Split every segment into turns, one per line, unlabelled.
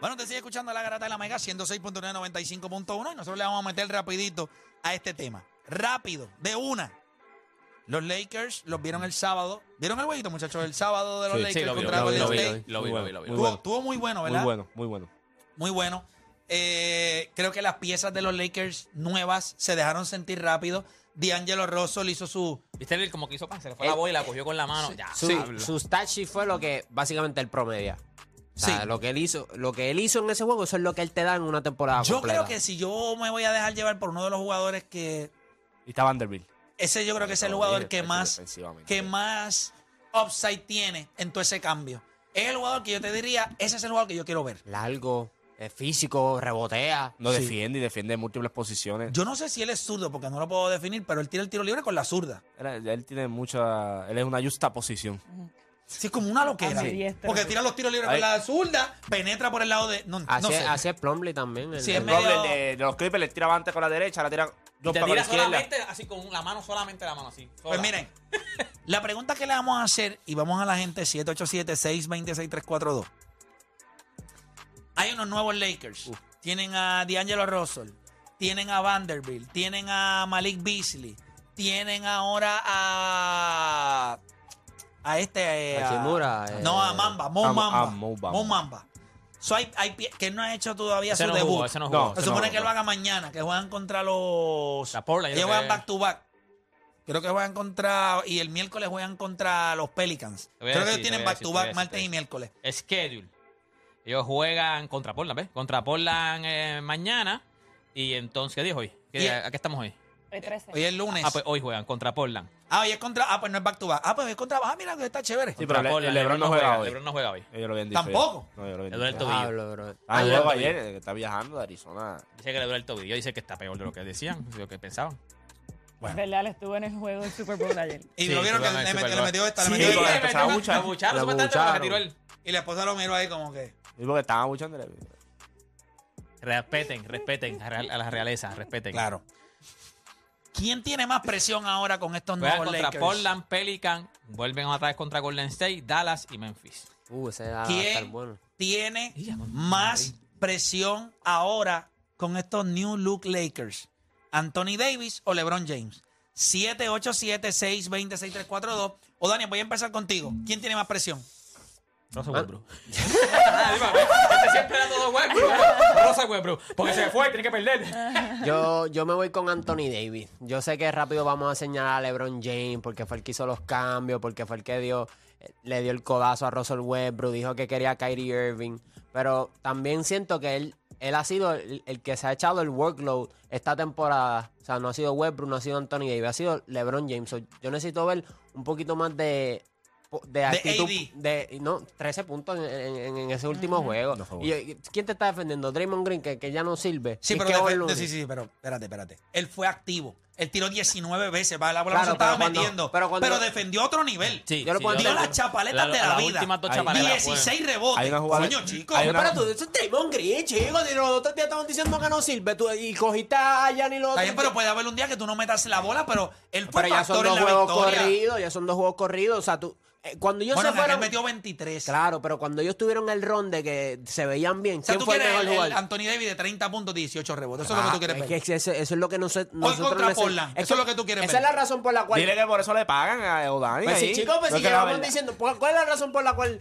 Bueno, te sigue escuchando la garata de la Mega 106.995.1 y nosotros le vamos a meter rapidito a este tema. Rápido, de una. Los Lakers los vieron el sábado. ¿Vieron el jueguito, muchachos? El sábado de los
Sí,
Lakers
sí, lo vi,
contra
lo vi,
Golden
lo vi,
State.
lo vi. Lo vi,
Muy
lo vi, lo vi.
bueno,
Tuvo,
muy
estuvo muy bueno,
Muy
¿verdad?
bueno, muy bueno.
Muy bueno. Eh, creo que las piezas de los Lakers nuevas se dejaron sentir rápido. D'Angelo Russell hizo su...
¿Viste él como que hizo pan? Se le fue la bola y la cogió con la mano. Ya,
Su,
habla.
su stat sheet fue lo que básicamente el promedia. O sea,
Sí.
lo que él hizo, lo que él hizo en ese juego, eso es lo que él te da en una temporada.
Yo
completa.
creo que si yo me voy a dejar llevar por uno de los jugadores que...
Y está Vanderbilt.
Ese yo creo que es el jugador que más... que más upside tiene en todo ese cambio. Es el jugador que yo te diría, ese es el jugador que yo quiero ver.
largo, es físico, rebotea.
No
Sí.
defiende y defiende en múltiples posiciones.
Yo no sé si él es zurdo, porque no lo puedo definir, pero él tira el tiro libre con la zurda.
Él, él tiene mucha. Él es una justa posición.
Sí, es como una loquera.
Así es,
Porque tira los tiros libres
Ahí.
con la zurda, penetra por el lado de. No,
Así,
no sé.
es, así es Plumlee también. el-
Sí,
el-
es medio-
Robert de, de los Clippers le tira avante con la derecha, la tira.
Y
Yo
te
para la
tira
izquierda.
solamente así con la mano, solamente la mano así.
Pues
sola.
miren, la pregunta que le vamos a hacer, y vamos a la gente 787-626-342. Hay unos nuevos Lakers. Tienen a D'Angelo Russell, tienen a Vanderbilt, tienen a Malik Beasley, tienen ahora a. a este. eh,
A Kimura, eh.
no, a Mamba, Mo
A Mo-
Mamba.
a Mo Bamba.
Mo Mamba. So, hay, hay pie- que no ha hecho todavía
Ese
su
no
debut.
jugó, ese no jugó.
No,
Se
ese
supone
no.
que lo haga mañana, que juegan contra los.
La Portland, yo
Ellos
creo
juegan
que-
back to back. Creo que juegan contra. Y el miércoles juegan contra los Pelicans.
Te voy
Creo que
a decir,
ellos tienen
te voy a
back
decir,
to
te voy a
back
decir,
martes
te voy a
y miércoles.
Schedule. Ellos juegan contra Portland, ¿ves? Contra Portland eh, mañana. Y entonces, ¿qué día es hoy? ¿Qué,
Y-
día- ¿A qué estamos hoy?
Hoy 13.
Hoy es lunes.
Ah, pues hoy juegan contra Portland.
hoy es contra. Ah, pues no es back to back. Ah, pues es contra. Ah, mira, que está chévere.
Sí,
Contra
pero le-
Portland.
LeBron no juega hoy.
LeBron no juega hoy.
Ellos lo habían dicho. ya.
Tampoco.
No, ellos lo habían
Le duele
dicho
el
ya.
tobillo.
Pablo, bro.
Ah,
Ah, le
luego
duele el
ayer, eh, que está viajando de Arizona.
Dice que le duele el tobillo. Dice que está peor de lo que decían, de lo que pensaban.
Es verdad, él estuvo en el juego del Super Bowl ayer.
Y
Sí,
lo vieron que
sí,
le,
sí,
metió,
sí,
le metió esta, le
Sí,
metió
porque
esta.
le empezaron a buchar.
bucharon,
Lo
supuestamente, pero
bucharon.
que tiró él.
Y la esposa lo miró ahí como que.
Digo que estaban abuchando. Yo
Respeten, respeten a real- a la realeza, respeten.
Claro. ¿Quién tiene más presión ahora con estos
Juegan
nuevos
contra
Lakers?
Portland, Pelican, vuelven otra vez contra Golden State, Dallas y Memphis.
Uh, ese va a estar
¿Quién
bueno.
tiene
Ella, mamá,
más presión ahora con estos New Look Lakers? ¿Anthony Davis o LeBron James? 787-620-6342. O Daniel, voy a empezar contigo. ¿Quién tiene más presión?
Rosa Westbrook. este siempre era todo Westbrook. Rosa Westbrook. Porque se fue, tiene que perder.
Yo, yo me voy con Anthony Davis. Yo sé que rápido vamos a señalar a LeBron James porque fue el que hizo los cambios, porque fue el que dio, le dio el codazo a Russell Westbrook, dijo que quería a Kyrie Irving. Pero también siento que él, él ha sido el, el que se ha echado el workload esta temporada. O sea, no ha sido Westbrook, no ha sido Anthony Davis, ha sido LeBron James. So, yo necesito ver un poquito más de... De, actitud,
AD.
de- no, 13 puntos en, en- en ese último juego.
No fue
Y, y- ¿Quién te está defendiendo? Draymond Green, que, que ya no sirve.
Sí,
Y
pero,
Kevin
defe-
Looney.
sí, sí, pero espérate, espérate. Él fue activo. Él tiró 19 veces. va, La bola
Claro,
no se estaba
pero cuando-
metiendo. Pero,
pero cuando-
defendió otro nivel.
Sí,
Yo lo puedo
Dio
entender.
las chapaletas de la, vida.
últimas dos
Ay,
chapaletas.
16 rebotes.
Hay una jugada-
Coño, chico.
hay una-
Pero tú, eso es Draymond Green, chico. Si los otros días estaban diciendo que no sirve. Tú, y cogiste a Gianni los
Está
otros.
bien, pero puede haber un día que tú no metas la bola, pero él fue
Pero ya son
factor en
dos
la
juegos
victoria.
corridos. Ya son dos juegos corridos. O sea, tú. eh, cuando ellos
Bueno,
se
Gabriel
fueron.
metió 23.
Claro, pero cuando ellos tuvieron el ron de que se veían bien,
O sea,
¿quién
tú
fue el
quieres
mejor
el- el
jugador?
Anthony Davis de 30 puntos, 18 rebotes. Eso es lo que tú quieres
Ah,
ver.
es que ese- eso es lo que noso- nosotros
contra
necesitamos.
Portland. Eso es lo que tú quieres
Esa
ver.
es la razón por la cual
Dile que por eso le pagan a Odani.
Pues sí,
ahí.
chicos, pues
No
si
que la
llevamos
verdad.
diciendo, ¿cuál, cuál es la razón por la cual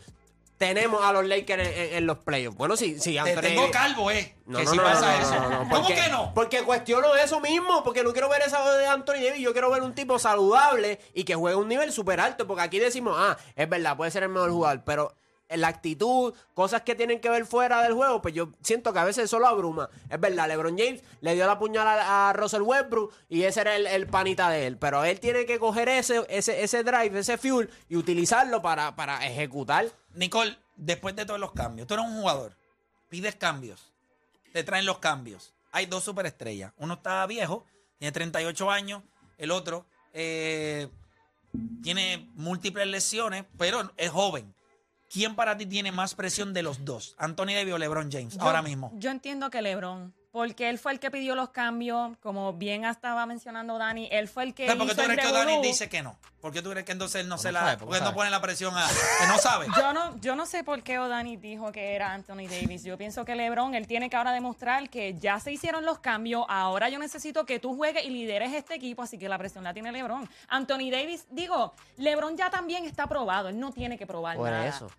tenemos a los Lakers en, en- en los playoffs? Bueno, sí, sí,
Te
Anthony
tengo
Davis-
calvo, eh.
No,
que
no,
si
no, no,
pasa
no,
eso.
no, no, no,
¿Cómo
porque-
que no?
Porque cuestiono eso mismo, porque no quiero ver esa de Anthony Davis, yo quiero ver un tipo saludable y que juegue a un nivel súper alto, porque aquí decimos, ah, es verdad, puede ser el mejor jugador, pero la actitud, cosas que tienen que ver fuera del juego, pues yo siento que a veces solo abruma. Es verdad, LeBron James le dio la puñalada a Russell Westbrook y ese era el, el panita de él, pero él tiene que coger ese, ese, ese drive, ese fuel y utilizarlo para, para ejecutar.
Nicole, después de todos los cambios, tú eres un jugador, pides cambios, te traen los cambios. Hay dos superestrellas. Uno está viejo, tiene 38 años, el otro eh, tiene múltiples lesiones, pero es joven. ¿Quién para ti tiene más presión de los dos? Anthony Davis o LeBron James,
Yo-
ahora mismo.
Yo entiendo que LeBron. Porque él fue el que pidió los cambios, como bien estaba mencionando Dani, él fue el que.
¿Sabes por qué
hizo
tú
el
crees que Dani
revolú.
dice que no? ¿Por qué tú crees que entonces él no se
no
la...
sabe, porque
porque no
sabe.
pone la presión a... que no sabe.
Yo no, yo no sé por qué O'Dani dijo que era Anthony Davis. Yo pienso que LeBron, él tiene que ahora demostrar que ya se hicieron los cambios. Ahora yo necesito que tú juegues y lideres este equipo, así que la presión la tiene LeBron. Anthony Davis, digo, LeBron ya también está probado. Él no tiene que probar
Por
nada.
eso.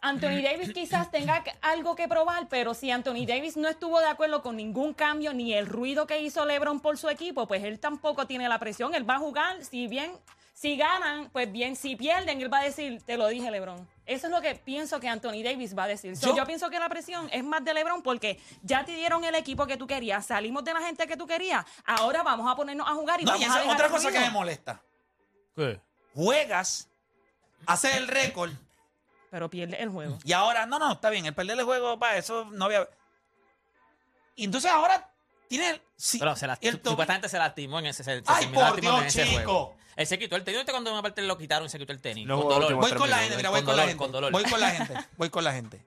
Anthony Davis quizás tenga que- algo que probar, pero si Anthony Davis no estuvo de acuerdo con ningún cambio ni el ruido que hizo LeBron por su equipo, pues él tampoco tiene la presión. Él va a jugar, si bien, si ganan, pues bien, si pierden, él va a decir, te lo dije, LeBron. Eso es lo que pienso que Anthony Davis va a decir. So,
Yo-
yo, pienso que la presión es más de LeBron porque ya te dieron el equipo que tú querías, salimos de la gente que tú querías, ahora vamos a ponernos a jugar y
No,
vamos
y
a
esa es
dejar
otra
el
cosa que
ruido.
me molesta.
¿Qué?
Juegas, haces el récord
Pero pierde el juego.
y ahora... No, no, está bien. El perder el juego, para eso no había... Y entonces ahora tiene... el- sí,
Pero se las,
el tobillo-
supuestamente se lastimó en ese, se, se
¡Ay,
terminó
por
lastimando en
Dios,
ese juego.
chico!
Él se quitó el tenis. ¿Viste cuando en una parte lo quitaron y se quitó el tenis?
No
con
jugó
dolor.
último
Voy
tres
con la
minutos,
gente, mira, voy
con
con la
dolor,
gente.
con dolor.
Voy con la gente, voy con la gente.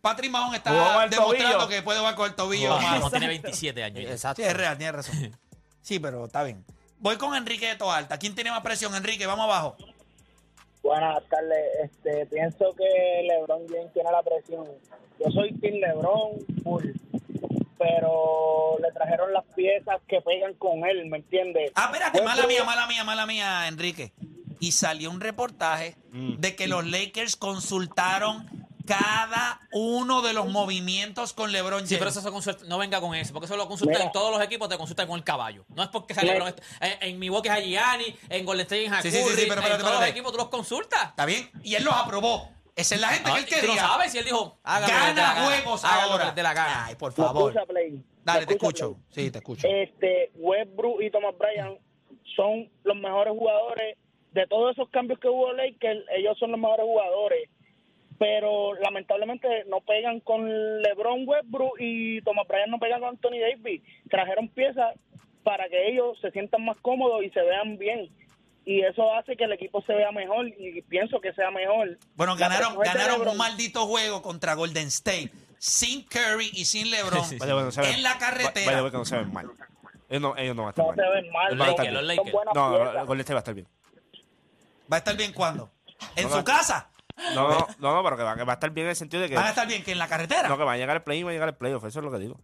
Patrick Mahon
Jugó con
está
el
demostrando
tobillo.
que puede jugar con el tobillo.
Wow,
mano.
no tiene 27 años. ya.
Exacto.
Sí, es real, tienes razón. Sí, pero está bien. Voy con Enrique de Toalta. ¿Quién tiene más presión? Enrique, vamos abajo.
Buenas tardes. Este, pienso que LeBron James tiene la presión. Yo soy Team LeBron full, pero le trajeron las piezas que pegan con él, ¿me entiendes?
Ah, espérate,
Fue
mala
pro-
mía, mala mía, mala mía, Enrique. Y salió un reportaje
Mm.
de que los Lakers consultaron cada uno de los movimientos con LeBron James.
Sí, pero eso se consulta, no venga con eso, porque eso lo consultan
Mira.
en todos los equipos, te consultan con el caballo. No es porque sea
Mira.
LeBron, en, en Milwaukee es a Gianni, en Golden State es a
Sí,
Curry,
sí, sí, sí, pero
en
espérate,
todos los
espérate.
equipos tú los consultas.
Está bien. Y él los aprobó. Esa es la gente
No,
que él
Ah, y tú lo
quería.
sabes, y él dijo, hágalo lo que te dé la
Gana
gana,
juegos
hágalo lo
ahora.
que te dé la gana.
Ay, por
Me
favor.
escucha, Play.
Dale,
Me
te
escucha,
escucho.
Play.
Sí, te escucho.
Este, Westbrook y Thomas Bryant son los mejores jugadores. De todos esos cambios que hubo Lakers, ellos son los mejores jugadores. Pero lamentablemente no pegan con LeBron Westbrook y Thomas Bryant no pegan con Anthony Davis. Trajeron piezas para que ellos se sientan más cómodos y se vean bien. Y eso hace que el equipo se vea mejor y pienso que sea mejor.
Bueno,
La
ganaron,
presión es de
ganaron un
LeBron.
maldito juego contra Golden State. Sin Curry y sin LeBron.
Sí, sí,
Vaya, bueno, se ven-
En la
Vaya,
carretera.
bueno, que no se ven mal. Ellos no, ellos no van a estar
No
mal.
se ven mal,
Los
pero
Lakers, los
son
Lakers.
buenas
No,
piezas.
no, Golden State va a estar bien.
¿Va a estar bien cuándo? ¿En
No,
su
no.
casa?
No, no, no, no, pero que va, que va a estar bien en el sentido de que.
¿Van a estar bien que en la carretera?
No, que va a llegar el play y va a llegar el playoff. Eso es lo que digo.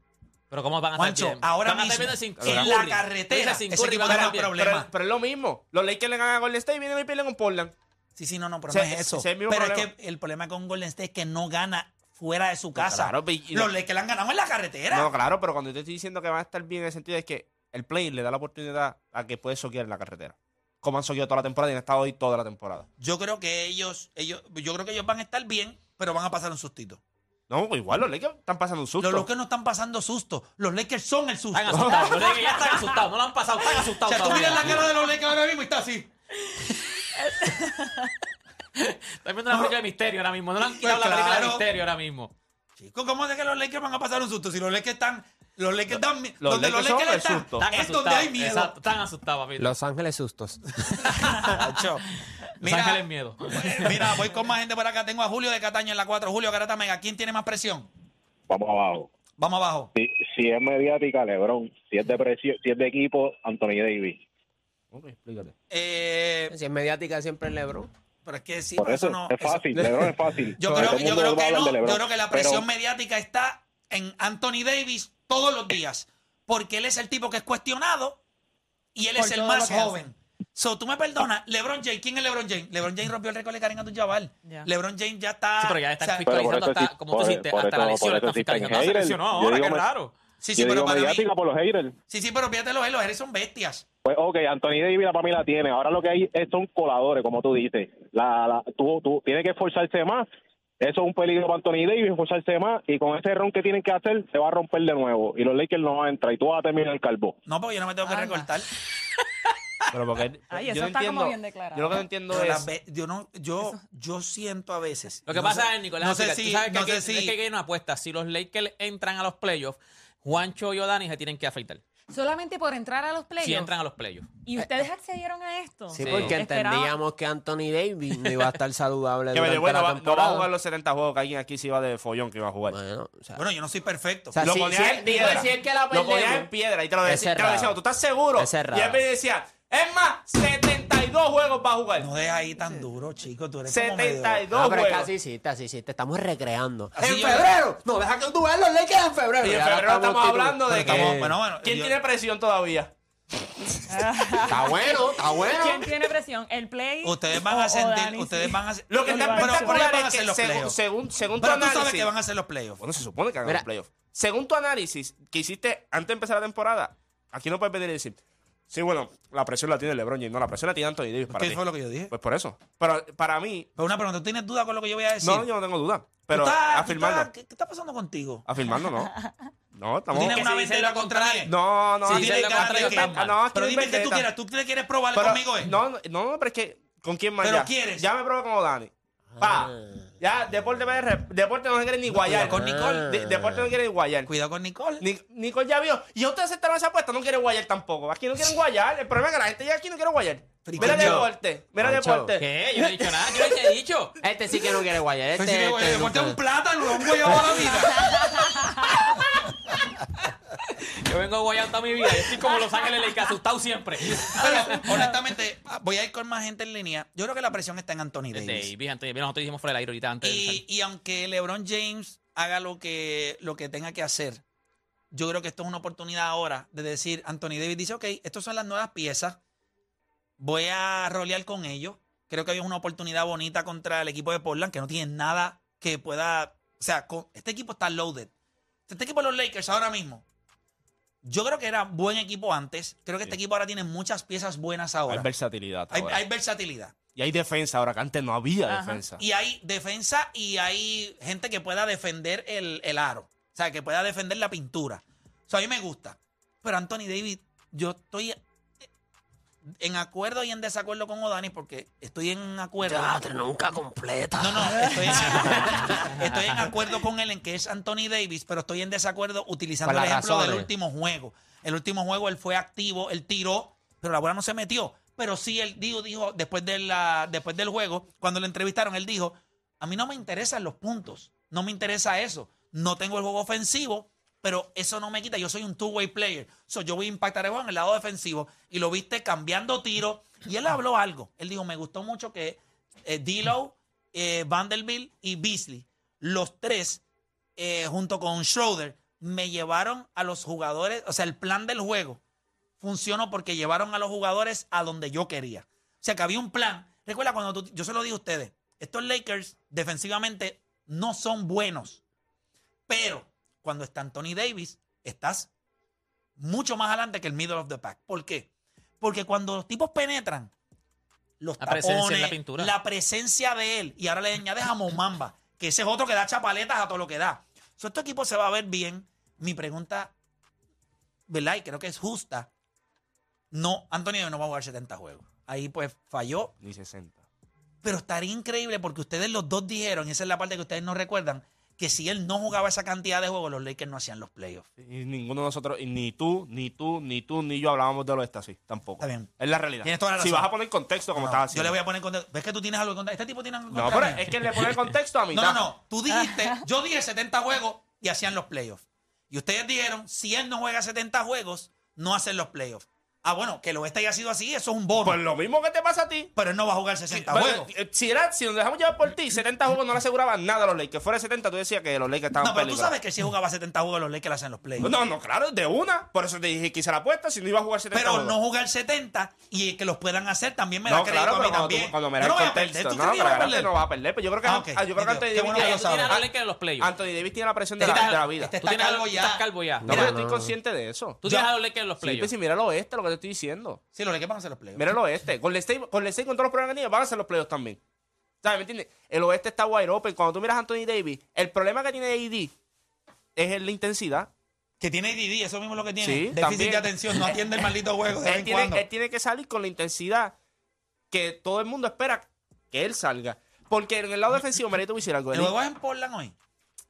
Pero cómo van a
Juancho,
estar bien?
ahora
Van a estar
mismo,
bien sin-
en
sin
la
Curry.
carretera,
Dice, sin
ese
Curry
equipo
van a
tiene
estar bien.
problemas.
Pero, pero es lo mismo. Los Lakers le ganan a Golden State y vienen y pierden con Portland.
Sí, sí, no, no, pero
Sí,
no es eso.
ese es el
pero
mismo
es
problema. Pues
que el problema con Golden State es que no gana fuera de su casa.
claro, pe- y-
Los que le han ganado en la carretera.
No, claro, pero cuando yo te estoy diciendo que van a estar bien en el sentido es que el play le da la oportunidad a que puede soquear en la carretera. Como han soqueado toda la temporada y han estado hoy toda la temporada.
Yo creo que ellos, ellos, yo creo que ellos van a estar bien, pero van a pasar un sustito.
No, igual los Lakers están pasando un susto.
Los Lakers no están pasando susto. Los Lakers son el susto.
Están asustados, yo creo que ya están asustados, no lo han pasado, están
O
asustados.
sea, tú miras la
todavía.
cara de los Lakers ahora mismo y está así.
Están viendo una película de misterio ahora mismo, no le han quitado la
Pues
película de
claro.
misterio ahora mismo.
Chicos, ¿cómo es que los Lakers van a pasar un susto? Si los Lakers están. Los Lakers están.
los
donde los Lakers
Lakers son el
están.
susto.
Están
Es
asustados,
donde hay miedo.
Exacto, están asustados, papi. Los
Los Ángeles Sustos.
Chacho.
ángeles
Mira,
miedo.
mira, voy con más gente por acá. Tengo a Julio de Cataño en la 4. Julio Garata Mega, ¿quién tiene más presión?
Vamos abajo.
Vamos abajo.
Si, si es mediática, LeBron. Si es de precio, si es de equipo, Anthony Davis.
Ok, explícate.
Eh,
Si es mediática, siempre es LeBron.
pero es que sí,
Por
pero
eso,
no.
es
eso-
fácil. LeBron es fácil.
Yo
Todo
creo,
el
yo
mundo
creo
va
que
a hablar
no.
de LeBron,
Yo creo que la presión
pero-
mediática está en Anthony Davis todos los días. Porque él es el tipo que es cuestionado y él
Por
es el
todo
más
lo que hace.
joven. So, tú me perdonas, LeBron James, ¿quién es LeBron James? LeBron James rompió el récord de Karen Abdul-Jabbar.
Ya.
LeBron James ya está...
Sí, pero ya
o sea,
están
Pero por
fiscalizando
eso
hasta,
sí-
como tú
por-
dijiste,
por
hasta
eso-
la lesión
por
están
eso sí están
fiscalizando. Ah, se
haters.
lesionó
Yo
ahora,
digo,
qué
me-
raro.
sí,
Yo
sí, pero
digo
para mí...
mediática por los haters.
Sí, sí, pero fíjate, los los haters son bestias.
Pues, ok, Anthony Davis la mí la tiene. Ahora lo que hay es- son coladores, como tú dices. La, la, tú, tú tienes que esforzarse más. Eso es un peligro para Anthony Davis, esforzarse más. Y con ese ron que tienen que hacer, se va a romper de nuevo. Y los Lakers no van a entrar. Y tú vas a terminar el calvo.
No, porque yo no me tengo que
Anda.
recortar.
Pero porque.
Ay,
yo
eso
no
está como
entiendo-
bien declarado.
Yo lo que no entiendo
Yo, las
es.
ve- yo no, yo, yo siento a veces.
Lo que
no
pasa
sé-
es, Nicolás,
no sé
África,
si,
tú sabes que,
no
aquí-
sé si-
es que aquí hay una apuesta. Si los Lakers entran a los playoffs, Juancho y O'Dani se tienen que afeitar.
solamente por entrar a los playoffs.
Si entran a los playos.
¿Y ustedes accedieron a esto?
Sí,
Sí.
porque
Esperaba-
entendíamos que Anthony Davis no iba a estar saludable
Que me
durante
dijo, bueno,
la
va- no va a
temporada.
jugar los 70 juegos que alguien aquí se iba de follón que iba a jugar.
Bueno, o sea,
Bueno, yo no soy perfecto.
o sea,
Lo
si,
ponías
si
en
él, digo,
piedra.
si es que la
Lo ponías
perdemos.
en piedra y te lo
Es
decía. Te lo
cerrado.
decía, ¿tú estás seguro?
Es cerrado.
Y él me decía, es más, 72 juegos va a jugar.
No dejes ahí tan duro, chico. Tú eres como medio...
72
No, pero es que
juegos.
así hiciste, así hiciste. Estamos recreando.
Así
en
yo-
febrero. No, deja que tú veas los Lakers en febrero.
Y en
Ya
febrero estamos
titulados.
hablando de
Pero estamos-
que.
bueno, bueno,
¿Quién
yo-
tiene presión todavía?
Está bueno, está bueno.
¿Quién tiene presión? ¿El play?
Ustedes van
o-
a
o
sentir...
Dani, sí.
ustedes van a...
Lo que está
Pero ¿cuáles
espectacular
van a
es
ser
que
los
según,
playoffs?
según, según tu
Pero tú sabes
análisis.
que van a hacer los playoffs.
Bueno, se supone que hagan
Mira.
los playoffs. Según tu análisis que hiciste antes de empezar la temporada, aquí no puedes venir y decir. Sí, bueno, la presión la tiene LeBron James. No, la presión la tiene Anthony Davis para
¿Qué
ti.
fue lo que yo dije?
Pues por eso. Pero para mí,
Pero una pregunta, ¿tú tienes duda con lo que yo voy a decir?
no, yo no tengo duda. Pero Ah,
¿Tú estás- tú
afirmando.
estás- ¿Qué qué está pasando contigo?
Afirmando, no. No,
¿Tú
estamos.
tienes
que
una
si dices
vendetta
lo
contra mí?
No, no,
Si
no.
tienes
dices
ganas
lo
de
contrario,
que-
estás mal.
no, es que
Pero
no
dime el que tú
inventes,
quieras. ¿Tú te quieres probar
Pero-
conmigo, eh?
No, no, no, pero es que. ¿Con quién más?
Pero
ya?
quieres. Ah.
Ya me probé con Odani. Pa. Ya, Deporte PR. Deporte no se quiere ni
cuidado
guayar.
con Nicole.
De- deporte no quiere ni guayar.
Cuidado con Nicole.
Ni- Nicole ya vio. Y ya ustedes aceptaron esa apuesta. No quiere guayar tampoco. Aquí no quieren guayar. El problema es que la gente ya aquí no quiere guayar.
Fricho.
Mira deporte. Mira
Fricho.
deporte.
¿Qué? Yo no he dicho nada. Yo no te he dicho.
Este sí que no quiere guayar. Este,
Pues sí,
este
güey,
no
ponte
quiere.
un plátano, un huevo a la vida.
Yo vengo guayando toda mi vida. Yo estoy como Los Ángeles Lakers, asustado siempre. Este,
Pero, honestamente, voy a ir con más gente en línea. Yo creo que la presión está en Anthony Davis.
Desde ahí, fíjate, mira, nosotros dijimos fuera del aire ahorita antes. de
Y,
empezar.
y aunque LeBron James haga lo que, lo que tenga que hacer, yo creo que esto es una oportunidad ahora de decir, Anthony Davis dice, ok, estas son las nuevas piezas, voy a rolear con ellos. Creo que había una oportunidad bonita contra el equipo de Portland, que no tiene nada que pueda... O sea, con- este equipo está loaded. Este equipo de los Lakers ahora mismo. Yo creo que era buen equipo antes. Creo que este equipo ahora tiene muchas piezas buenas ahora.
versatilidad.
Hay-
ahora.
hay versatilidad.
y hay defensa ahora, que antes no había defensa.
Y hay defensa y hay gente que pueda defender el, el aro. O sea, que pueda defender la pintura. O sea, a mí me gusta. Pero Anthony Davis, yo estoy en acuerdo y en desacuerdo con O'Dani porque estoy en acuerdo.
Teatro nunca completa.
No, no, estoy en, estoy en acuerdo con él en que es Anthony Davis, pero estoy en desacuerdo utilizando
Por
el
las
ejemplo del
razones.
último juego. El último juego él fue activo, él tiró, pero la bola no se metió. Pero sí, él dijo, dijo después, de la, después del juego, cuando lo entrevistaron, él dijo, a mí no me interesan los puntos, no me interesa eso, no tengo el juego ofensivo, pero eso no me quita, yo soy un two-way player, so, yo voy a impactar el juego en el lado defensivo, y lo viste cambiando tiro, y él habló algo, él dijo, me gustó mucho que eh, D-Low, eh, Vanderbilt y Beasley, los tres, eh, junto con Schroeder, me llevaron a los jugadores, o sea, el plan del juego funcionó porque llevaron a los jugadores a donde yo quería. O sea, que había un plan. Recuerda cuando tú- yo se lo digo a ustedes, estos Lakers defensivamente no son buenos, pero cuando está Anthony Davis, estás mucho más adelante que el middle of the pack. ¿Por qué? Porque cuando los tipos penetran, los
La
tapones,
presencia en la pintura.
la presencia de él, y ahora le añades a Momamba, que ese es otro que da chapaletas a todo lo que da. So, este equipo se va a ver bien. Mi pregunta, ¿verdad? Y creo que es justa. No, Anthony Davis no va a jugar 70 juegos. Ahí pues falló,
Ni 60.
pero estaría increíble porque ustedes los dos dijeron, y esa es la parte que ustedes no recuerdan, que si él no jugaba esa cantidad de juegos, los Lakers no hacían los playoffs.
Y ninguno de nosotros, y ni tú, ni tú, ni tú, ni yo hablábamos de lo de esta, sí, tampoco.
Está bien.
Es la realidad.
Tienes toda la
Si
razón.
vas a poner contexto como
No,
estaba
yo
haciendo.
le voy a poner contexto. ¿Ves que tú tienes algo en contra? Este tipo tiene algo en
No,
contra
pero
mí.
es que le pone contexto a mí.
No, no, no. Tú dijiste, yo dije 70 juegos y hacían los playoffs. Y ustedes dijeron, si él no juega 70 juegos, no hacen los playoffs. Ah, bueno, que el oeste haya sido así, eso es un bono.
Pues lo mismo que te pasa a ti.
pero él no va a jugar 60
Bueno,
juegos.
eh, si, era- si nos dejamos llevar por ti, 70 juegos no le aseguraban nada a los Lakers. Fuera de 70, tú decías que los Lakers estaban
No, pero tú
peligrosos.
sabes que si jugaba 70 juegos, los Lakers le hacen los playoffs.
No, no, claro, de una. Por eso te dije que hice la apuesta si no iba a jugar 70
pero
juegos.
no jugar 70 y que los puedan hacer también me da
No,
crédito
claro,
a mí
pero cuando,
también.
tú- cuando me
Yo
da el
no voy a
contexto,
perder. ¿Tú
no,
crees que yo
pero
voy a
garante
perder?
no va a perder. Pero yo creo que,
Ah, ok,
ah, yo creo que
entiendo.
Anthony
Qué bueno
Davis tiene-
que
Tú
lo sabes.
tienes a los Lakers en los playoffs.
Anthony Davis tiene la presión de
Este
la,
está-
de la vida.
este
Tú
está
tienes a los-
calvo ya.
Estás calvo ya.
No,
Mira,
pero yo estoy
no.
consciente de eso.
Tú
Yo-
tienes a los Lakers en los
Sí, pues
playoffs.
si mira el oeste, lo que te estoy diciendo.
Sí, los Lakers van a hacer los playoffs.
Mira el oeste. Con el State, con con todos los problemas que tiene, van a ser los playoffs también. ¿Sabes? ¿Me entiendes? El oeste está wide open. Cuando tú miras a Anthony Davis, el problema que tiene AD es en la intensidad.
Que tiene ADD, eso mismo es lo que tiene.
Sí,
Déficit
también.
de atención, no atiende el maldito juego de vez
Él
en
tiene,
cuando.
él tiene que salir con la intensidad que todo el mundo espera que él salga. Porque en el lado defensivo, Merito voy a decir algo.
¿El
Él-
juego es en Portland hoy?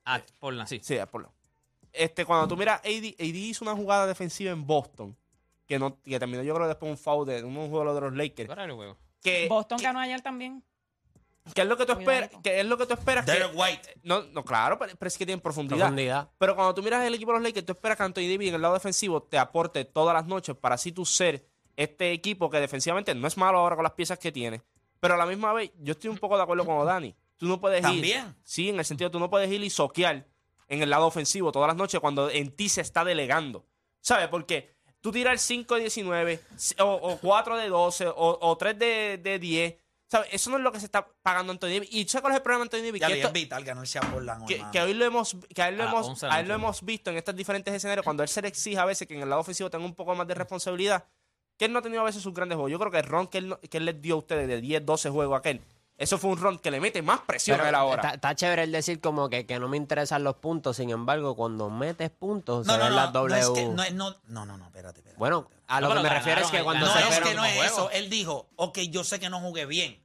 Ah, Portland, sí.
Sí, por lo. este, cuando tú miras, AD, AD hizo una jugada defensiva en Boston. Que, no, que terminó, yo creo, después un foul de un juego de los Lakers.
Ahora el juego.
eh,
Que,
Boston
que-
ganó ayer también.
que es lo que tú
Cuidado,
esperas?
Nico.
que es lo que tú esperas? que-
Derek White.
no, no, claro, pero, pero es que tienen profundidad.
Profundidad.
Pero cuando tú miras el equipo de los Lakers, tú esperas que Anthony Davis en el lado defensivo te aporte todas las noches para así tú ser este equipo que defensivamente no es malo ahora con las piezas que tiene. Pero a la misma vez, yo estoy un poco de acuerdo con Dani. Tú no puedes ir.
También.
Sí, en el sentido, tú no puedes ir y soquear en el lado ofensivo todas las noches cuando en ti se está delegando. ¿Sabes? Porque tú tiras 5 de 19, o, o 4 de 12, o, o 3 de, de 10. ¿Sabes? Eso no es lo que se está pagando Anthony Davis. ¿Y sabes cuál es el problema de Anthony Davis? Que
Claro, y
esto-
es vital ganarse a Portland.
que,
hermano.
que hoy lo hemos que a él lo
A las
hemos
11 de la
a él lo
noche.
hemos visto en estos diferentes escenarios cuando él se le exige a veces que en el lado ofensivo tenga un poco más de responsabilidad que él no ha tenido a veces sus grandes juegos yo creo que el ron que él, no- que él les dio a ustedes de 10 12 juegos aquel eso fue un ron que le mete más presión a él ahora
Está, está chévere el decir como que, que no me interesan los puntos, sin embargo, cuando metes puntos,
no,
se
no,
ven
no,
las
no,
W.
es que, no, es- no, no, no, no, espérate, espérate.
Bueno, a lo
No,
que
pero
me refiero es que
ganaron,
cuando
No,
se
es
fueron-
que no es
juego.
eso. Él dijo, ok, yo sé que no jugué bien,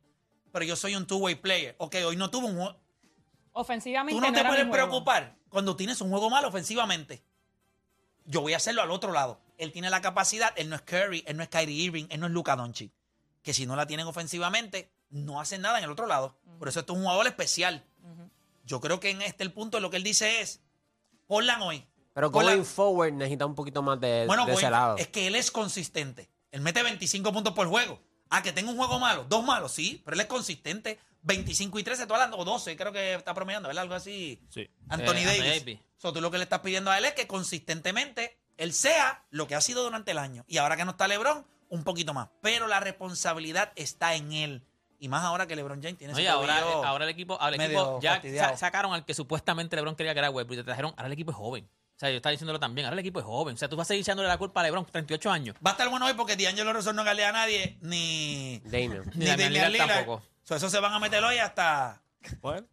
pero yo soy un two-way player. Ok, hoy no tuve un juego.
Ofensivamente
Tú no te
era mi
puedes
juego.
preocupar cuando tienes un juego malo ofensivamente. Yo voy a hacerlo al otro lado. Él tiene la capacidad, él no es Curry, él no es Kyrie Irving, él no es Luka Doncic. Que si no la tienen ofensivamente, no hacen nada en el otro lado. Por eso esto es un jugador especial. Yo creo que en este el punto lo que él dice es, Portland hoy.
Pero
Con
going
la-
forward necesita un poquito más de,
Bueno,
de
voy-
ese lado.
es que él es consistente. Él mete 25 puntos por juego. Ah, que tenga un juego malo. Dos malos, sí, pero él es consistente. 25 y 13, tú hablando, o 12, creo que está promediando, ¿verdad? Algo así.
Sí.
Anthony
Eh,
Davis.
Davis.
So, tú lo que le estás pidiendo a él es que consistentemente él sea lo que ha sido durante el año. Y ahora que no está LeBron, un poquito más. Pero la responsabilidad está en él. Y más ahora que LeBron James tiene
No, y
ese
ahora, eh,
tobillo.
ahora el equipo, ahora el
medio
equipo ya
fastidiado.
sa- sacaron al que supuestamente LeBron quería que era Westbrook y te trajeron, ahora el equipo es joven. O sea, yo estaba diciéndolo también, ahora el equipo es joven. O sea, tú vas a seguir echándole la culpa a LeBron, 38 años.
Va a estar bueno hoy porque D'Angelo Russell no galea a nadie, ni,
Damien.
Ni
ni
Damian
Damian
Lillard
Lillard.
tampoco.
So, eso se van a meter hoy hasta...
bueno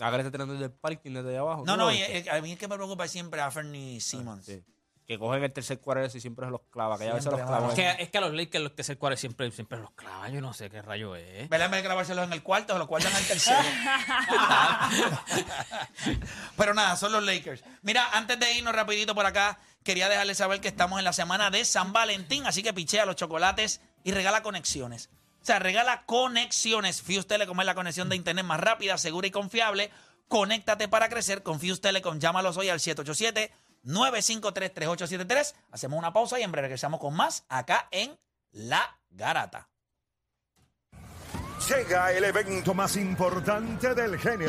ahora está tirando desde el parking desde allá abajo
No,
¿Tú
no,
lo
y,
viste? Ah,
eh, a mí es que me preocupa siempre a Fernie Simmons.
Sí. que cogen el tercer cuarto y siempre se los clava que ya a veces los
Siempre,
clavan
mano.
Es que, es que a los Lakers los tercer cuartos siempre, siempre los clavan, yo no sé qué rayo es.
¿Verdad? En vez de grabárselos en el cuarto, se los guardan al tercero. Pero nada, son los Lakers. Mira, antes de irnos rapidito por acá, quería dejarles saber que estamos en la semana de San Valentín, así que pichea los chocolates y regala conexiones. O sea, regala conexiones. Fuse Telecom es la conexión de internet más rápida, segura y confiable. Conéctate para crecer con Fuse Telecom. Llámalos hoy al 787 953 3873. Hacemos una pausa y en breve regresamos con más acá en La Garata.
Llega el evento más importante del género.